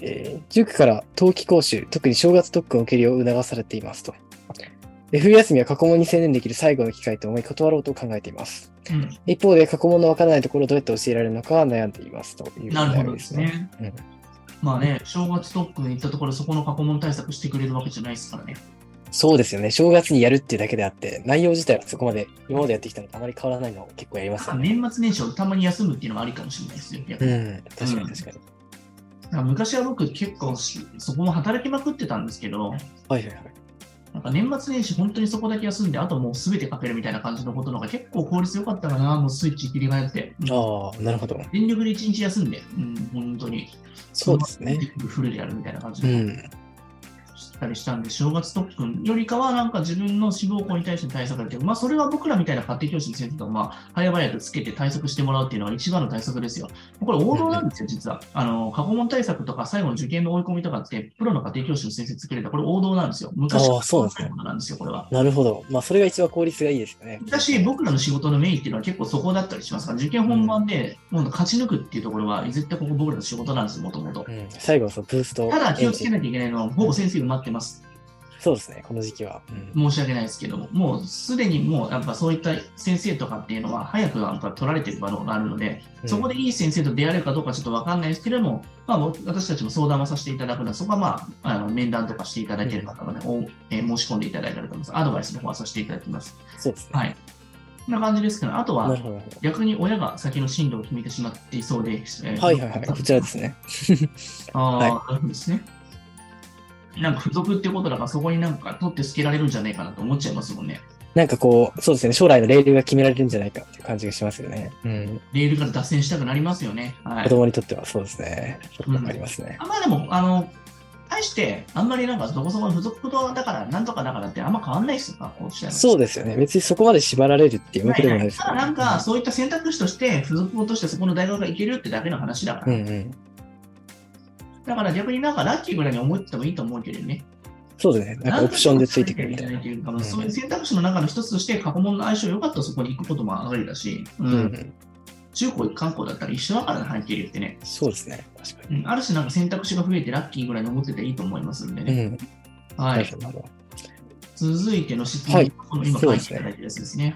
えー塾から冬季講習、特に正月特訓を受けるよう促されていますと。で冬休みは過去問に専念できる最後の機会と思い断ろうと考えています。うん一方で過去問のわからないところをどうやって教えられるのか悩んでいますというなるほお悩どみです。ね。まあね、正月特訓行ったところ、そこの過去問対策してくれるわけじゃないですからね。そうですよね。正月にやるっていうだけであって、内容自体はそこまで今までやってきたのとあまり変わらないのを結構やりますよね。年末年始をたまに休むっていうのはありかもしれないですよ。やっぱうりん、確かに確かに。だから昔は僕結構しそこも働きまくってたんですけど、はいはいはい。なんか年末年始本当にそこだけ休んで、あともう全てかけるみたいな感じのことの方が結構効率良かったかな、もうスイッチ切り替えて。うんああ、なるほど。全力で一日休んで、うん、本当に。そうですね。。フルでやるみたいな感じうでん。したりしたんで、正月特訓よりかは、なんか自分の志望校に対しての対策だけど、まあ、それは僕らみたいな家庭教師の先生と、まあ、早々とつけて対策してもらうっていうのは一番の対策ですよ。これ、王道なん ですよ、実は。あの、過去問対策とか、最後の受験の追い込みとかって、プロの家庭教師の先生作れた、これ王道なんですよ。昔ああそうなんですねことなんですよ、これは。なるほど。まあ、それが一番効率がいいですよね。私、僕らの仕事のメインっていうのは結構そこだったりしますから、受験本番で、もう勝ち抜くっていうところは、絶対ここ僕らの仕事なんですよ、もともとう。ん、最後のそのブースト。ただ気をつけエンジンなきゃいけないのは、ほぼ先生埋まってます。そうですね、この時期は。うん申し訳ないですけども、もうすでにもうやっぱそういった先生とかっていうのは、早くやっぱ取られてる場があるので、そこでいい先生と出会えるかどうかちょっと分かんないですけれども、まあ、僕私たちも相談はさせていただくので、そこは、まあ、あの面談とかしていただける方はね、おえー申し込んでいただいたらと思います。アドバイスの方はさせていただきます。そうですね。はい。こんな感じですけど、あとなるはほどなるほど。逆に親が先の進路を決めてしまっていそうで、えーはいはいはい、こちらですね。ああ、なるほどですね。なんか付属ってことだから、そこになんか取ってつけられるんじゃないかなと思っちゃいますもんね。なんかこう、そうですね、将来のレールが決められるんじゃないかっていう感じがしますよね。うん、レールから脱線したくなりますよね。は子い。供にとってはそうですね。わかりますね。あまあでも、あの、対して、あんまりなんか、どこそこの付属とだから、なんとかだからって、あんま変わんないですよ、学校自体はそうですよね。別にそこまで縛られるっていうわなけいでなもいないですただよね。なんか、そういった選択肢として、付属校としてそこの大学が行けるってだけの話だかうら、んうん。だから逆になんかラッキーぐらいに思ってもいいと思うけどね。そうですね。なんかオプションでついてくるみたいな。んとかもうそういう選択肢の中の一つとして、過去問の相性良かったらそこに行くこともありだし、ううんん、中高一貫校だったら一緒だからね、入っているってね、そうですね。確かうん、ある種なんか選択肢が増えてラッキーぐらいに思ってていいと思いますんでね。に。うん。はないる。ほどなるほど続いての質問、はいこの今書いていただいたやつですね。